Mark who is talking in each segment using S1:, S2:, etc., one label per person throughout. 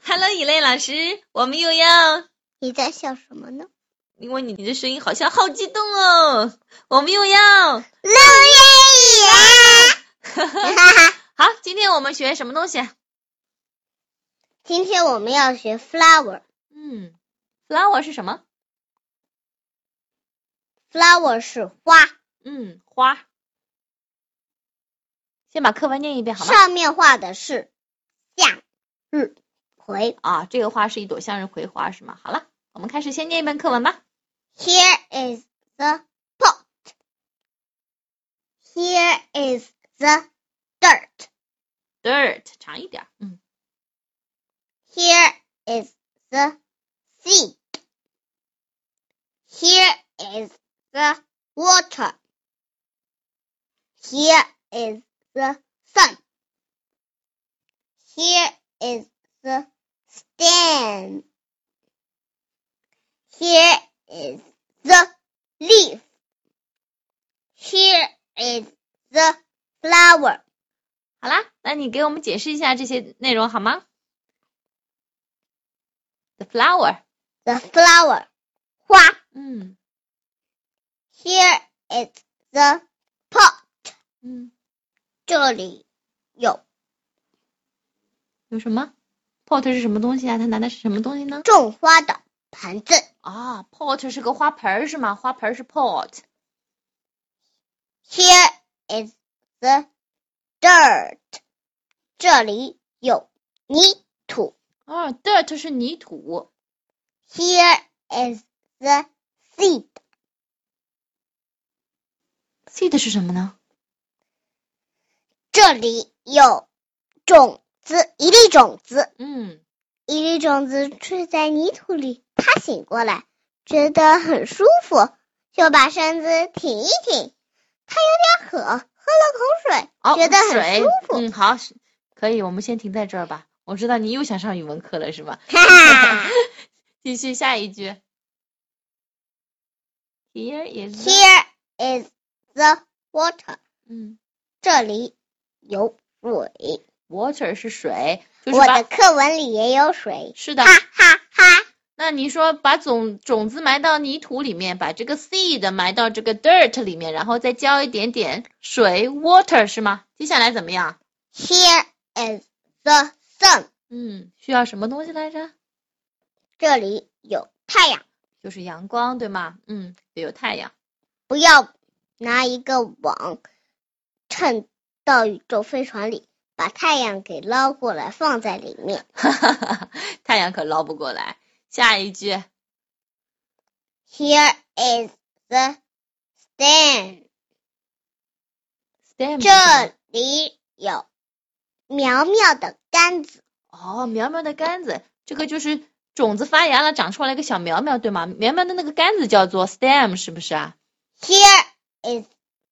S1: Hello，以泪老师，我们又要
S2: 你在笑什么呢？
S1: 因为你的声音好像好激动哦，我们又要
S2: 录英语啦！哈哈，
S1: 好，今天我们学什么东西？
S2: 今天我们要学 flower。
S1: 嗯，flower 是什么？
S2: flower 是花，
S1: 嗯，花。先把课文念一遍好吗？
S2: 上面画的是向日葵。
S1: 啊，这个花是一朵向日葵花是吗？好了，我们开始先念一遍课文吧。
S2: Here is the pot. Here is the dirt.
S1: Dirt 长一点儿，嗯
S2: Here is the seed. Here is the water. Here is the sun. Here is the stand. Here is the leaf. Here is the flower.
S1: 好啦，那你给我们解释一下这些内容好吗？The flower，
S2: The flower. 花。
S1: 嗯
S2: Here is the pot.
S1: 嗯，
S2: 这里有
S1: 有什么？pot 是什么东西啊？它拿的是什么东西呢？
S2: 种花的盘子。
S1: 啊，pot 是个花盆儿是吗？花盆儿是 pot。
S2: Here is the dirt. 这里有泥土。
S1: 哦，dirt 是泥土。
S2: Here is the seed.
S1: seed 是什么呢？
S2: 这里有种子，一粒种子，
S1: 嗯，
S2: 一粒种子坠在泥土里。它醒过来，觉得很舒服，就把身子挺一挺。它有点渴，喝了口水，
S1: 哦，
S2: 觉得很
S1: 水
S2: 舒服。
S1: 嗯，好，是可以，我们先停在这儿吧。我知道你又想上语文课了是吧？
S2: 哈 哈
S1: 继续下一句。Here is the-
S2: Here is the water.
S1: 嗯
S2: 这里有水。
S1: ，water 是水，就是
S2: 我的
S1: 把
S2: 课文里也有水。
S1: 是的
S2: 哈。哈哈！
S1: 那你说把种种子埋到泥土里面，把这个 seed 埋到这个 dirt 里面，然后再浇一点点水 water 是吗？接下来怎么样？
S2: Here is the sun.
S1: 嗯，需要什么东西来着？
S2: 这里有太阳，
S1: 就是阳光对吗？嗯，得有太阳。
S2: 不要拿一个网衬到宇宙飞船里，把太阳给捞过来放在里面。
S1: 太阳可捞不过来。下一句，
S2: Here is the stand.
S1: stem 是什么
S2: 这里有苗苗的杆子。
S1: 哦，苗苗的杆子，这个就是种子发芽了，长出来一个小苗苗对吗？苗苗的那个杆子叫做 stem 是不是啊？
S2: Here is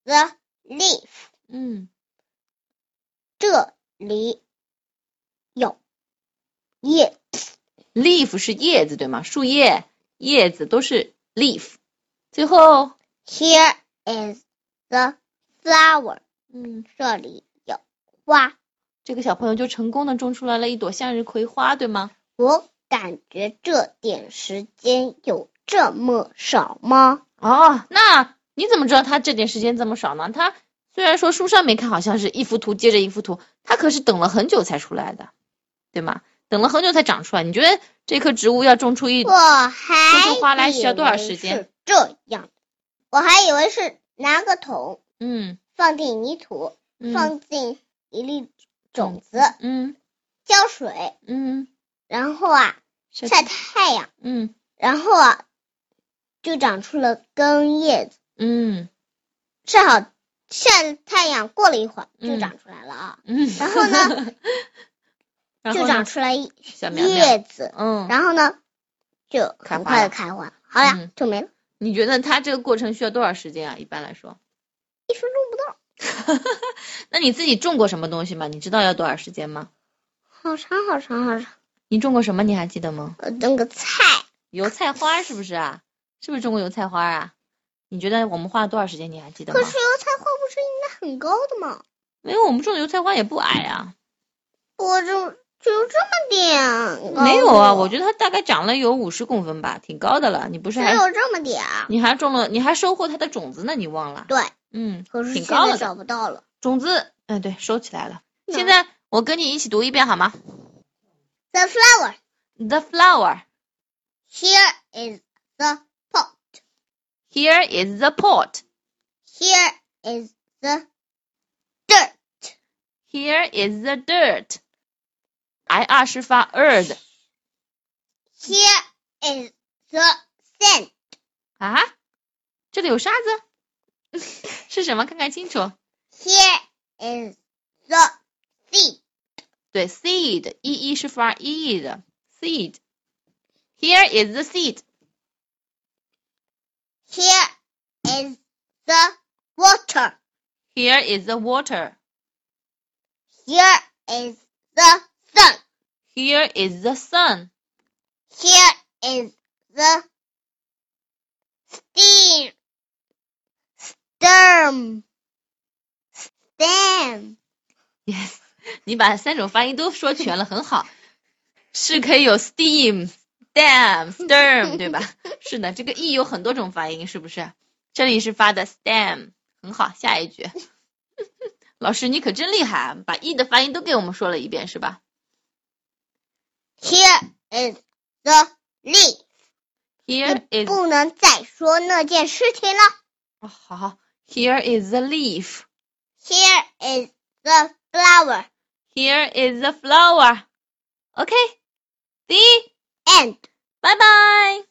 S2: the leaf.
S1: 嗯，
S2: 这里有叶，
S1: leaf 是叶子对吗？树叶、叶子都是 leaf。最后，
S2: Here is the flower。
S1: 嗯，
S2: 这里有花，
S1: 这个小朋友就成功的种出来了一朵向日葵花，对吗？
S2: 我感觉这点时间有这么少吗？
S1: 哦，那你怎么知道他这点时间这么少呢？他虽然说书上面看好像是一幅图接着一幅图，他可是等了很久才出来的，对吗？等了很久才长出来。你觉得嗯这棵植物要种出一
S2: 我还
S1: 种出花来需要多少
S2: 以为
S1: 时间
S2: 是这样，我还以为是拿个桶
S1: 嗯
S2: 放进泥土，
S1: 嗯
S2: 放进一粒种子，
S1: 嗯
S2: 浇水，
S1: 嗯
S2: 然后啊
S1: 晒
S2: 晒太阳。
S1: 嗯
S2: 然后啊，就长出了根叶子。
S1: 嗯
S2: 晒好晒了太阳，过了一会儿就
S1: 嗯
S2: 长出来了啊。
S1: 嗯，
S2: 然后呢，
S1: 然后
S2: 就
S1: 呢
S2: 长出来一
S1: 小苗苗，
S2: 叶子，
S1: 嗯，
S2: 然后呢，就
S1: 开花
S2: 很快
S1: 了
S2: 的开花了。好呀，
S1: 嗯
S2: 就没了，
S1: 你觉得它这个过程需要多少时间啊？一般来说，
S2: 一分钟不到，
S1: 那你自己种过什么东西吗？你知道要多少时间吗？
S2: 好长好长好长。
S1: 你种过什么？你还记得吗？
S2: 呃，那个菜
S1: 油菜花是不是啊？是不是中国油菜花啊？你觉得我们花了多少时间？你还记得吗
S2: 可？是油菜花不是应该很高的吗？
S1: 因为我们种的油菜花也不矮啊。
S2: 我就只有这么点哦高
S1: 没有啊，我
S2: 就
S1: 觉得它大概长了有五十公分吧，挺高的了。你不是
S2: 只
S1: 还
S2: 有这么点儿。
S1: 你还种了，你还收获它的种子呢？你忘了？
S2: 对，
S1: 嗯，
S2: 可是
S1: 挺
S2: 现
S1: 高
S2: 在
S1: 了的
S2: 找不到了。
S1: 种子，嗯，对，收起来了。
S2: 那
S1: 现在我跟你一起读一遍好吗
S2: the flower
S1: ？The flower
S2: here is the pot.
S1: here is the pot.
S2: Here is the dirt.
S1: Here is the dirt. I 二十发 erd
S2: Here is the sand.
S1: 啊？这里有沙子？ 是什么？看看清楚。
S2: Here is the seed.
S1: 对，seed，e e 是发 e 的 seed。Here is the seed.
S2: Here is the water.
S1: Here is the water.
S2: Here is the sun.
S1: Here is the sun.
S2: Here is the steam. Stem. Stem.
S1: Yes，你把三种发音都说全了，很好，是可以有 steam、dam、stem，对吧？是的，这个 e 有很多种发音，是不是？这里是发的 stem，很好，下一句。 老师，你可真厉害，把 e 的发音都给我们说了一遍，是吧
S2: Here is the leaf.
S1: ？Here is，
S2: 不能再说那件事情了。
S1: 哦好好，Here is the leaf。
S2: Here is the flower.
S1: Here is the flower. OK，see，
S2: And.
S1: 拜拜。